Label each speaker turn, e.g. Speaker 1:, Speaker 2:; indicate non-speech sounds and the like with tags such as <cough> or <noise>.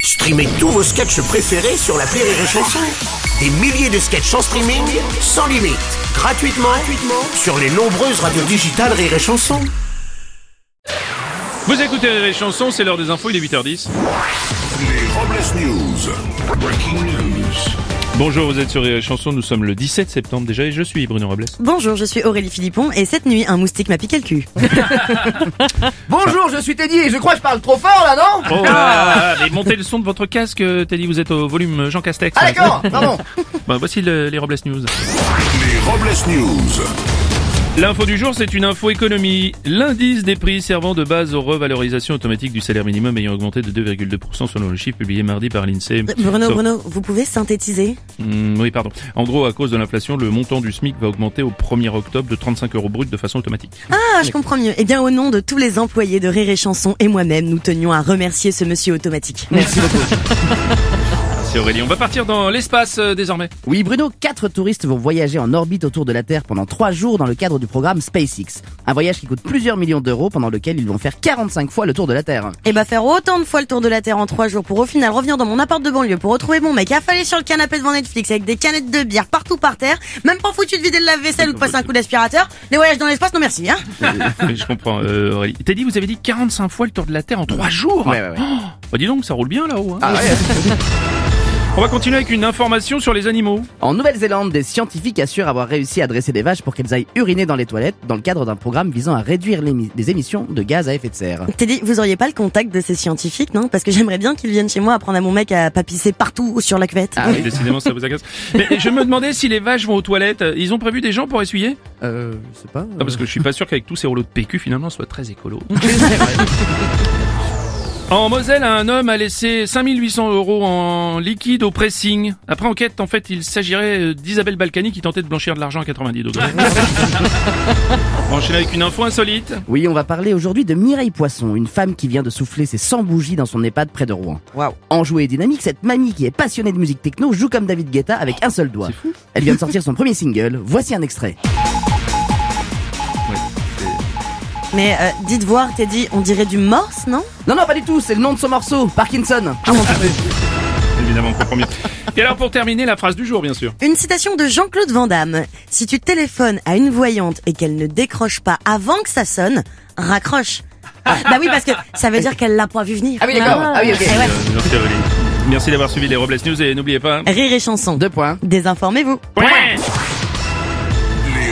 Speaker 1: Streamez tous vos sketchs préférés sur la Rire et Chanson. Des milliers de sketchs en streaming, sans limite, gratuitement, gratuitement sur les nombreuses radios digitales Rire et Chanson.
Speaker 2: Vous écoutez les chansons, c'est l'heure des infos, il est 8h10.
Speaker 3: Les Robles News. Breaking news.
Speaker 2: Bonjour, vous êtes sur les chansons, nous sommes le 17 septembre déjà et je suis Bruno Robles.
Speaker 4: Bonjour, je suis Aurélie Philippon et cette nuit, un moustique m'a piqué le cul.
Speaker 5: Bonjour, je suis Teddy et je crois que je parle trop fort là, non
Speaker 2: Oh là là là, mais montez le son de votre casque, euh, Teddy, vous êtes au volume Jean Castex.
Speaker 5: Ah d'accord, pardon.
Speaker 2: <laughs> Bah, voici le- les Robles News.
Speaker 3: Les Robles News.
Speaker 2: L'info du jour, c'est une info économie. L'indice des prix servant de base aux revalorisations automatiques du salaire minimum ayant augmenté de 2,2% selon le chiffre publié mardi par l'INSEE.
Speaker 4: Bruno,
Speaker 2: Sauf-
Speaker 4: Bruno, vous pouvez synthétiser
Speaker 2: Hmm, oui, pardon. En gros, à cause de l'inflation, le montant du SMIC va augmenter au 1er octobre de 35 euros brut de façon automatique.
Speaker 4: Ah, je comprends mieux. Eh bien, au nom de tous les employés de Rire et Chanson et moi-même, nous tenions à remercier ce monsieur automatique.
Speaker 2: C'est Aurélie, on va partir dans l'espace euh, désormais.
Speaker 5: <laughs> Oui, Bruno, quatre touristes vont voyager en orbite autour de la Terre pendant trois jours dans le cadre du programme SpaceX. Un voyage qui coûte plusieurs millions d'euros pendant lequel ils vont faire 45 fois le tour de la Terre.
Speaker 4: Et bah, faire autant de fois le tour de la Terre en trois jours pour au final revenir dans mon appart de banlieue pour retrouver mon mec affalé sur le canapé devant Netflix avec des canettes de bière partout par terre, même pas foutu de vider le lave-vaisselle ou de passer un coup d'aspirateur. Les voyages dans l'espace, non merci, hein.
Speaker 2: <laughs> Oui, je comprends, euh, Aurélie. Teddy, vous avez dit 45 fois le tour de la Terre en 3 jours
Speaker 5: Ouais, ouais, ouais.
Speaker 2: Oh, bah dis donc, ça roule bien là-haut. hein.
Speaker 5: Ah
Speaker 2: On va continuer avec une information sur les animaux.
Speaker 5: En Nouvelle-Zélande, des scientifiques assurent avoir réussi à dresser des vaches pour qu'elles aillent uriner dans les toilettes dans le cadre d'un programme visant à réduire l'émi- les émissions de gaz à effet de serre.
Speaker 4: Teddy, vous auriez pas le contact de ces scientifiques, non Parce que j'aimerais bien qu'ils viennent chez moi apprendre à mon mec à pas pisser partout sur la cuvette.
Speaker 5: Ah oui.
Speaker 2: Décidément, ça vous agace. Mais je me demandais si les vaches vont aux toilettes. Ils ont prévu des gens pour essuyer
Speaker 5: Euh, je sais pas.
Speaker 2: Ah, Parce que je suis pas sûr qu'avec tous ces rouleaux de PQ, finalement, ce soit très
Speaker 5: <laughs>
Speaker 2: écolo. En Moselle, un homme a laissé 5800 euros en liquide au pressing. Après enquête, en fait, il s'agirait euh, d'Isabelle Balkany qui tentait de blanchir de l'argent à 90
Speaker 5: <laughs>
Speaker 2: degrés. On enchaîne avec une info insolite.
Speaker 5: Oui, on va parler aujourd'hui de Mireille Poisson, une femme qui vient de souffler ses 100 bougies dans son EHPAD près de Rouen.
Speaker 4: Waouh.
Speaker 5: Enjouée et dynamique, cette mamie qui est passionnée de musique techno joue comme David Guetta avec un seul doigt.
Speaker 2: C'est fou.
Speaker 5: Elle vient de sortir son premier single, voici un extrait.
Speaker 4: Mais euh, dites voir, Teddy, on dirait du morse, non
Speaker 5: Non, non, pas du tout, c'est le nom de son morceau, Parkinson.
Speaker 2: Évidemment, on comprend bien. Et alors, pour terminer, la phrase du jour, bien sûr.
Speaker 4: Une citation de Jean-Claude Van Damme. Si tu téléphones à une voyante et qu'elle ne décroche pas avant que ça sonne, raccroche. bah oui, parce que ça veut dire qu'elle l'a pas vu venir.
Speaker 5: Ah oui, d'accord. Ah oui, ok.
Speaker 4: Eh ouais.
Speaker 2: Merci, Aurélie. Euh, Merci d'avoir suivi les Robles News et n'oubliez pas. hein.
Speaker 4: Rire et chanson.
Speaker 5: Deux points.
Speaker 4: Désinformez-vous.
Speaker 2: Ouais.
Speaker 3: Les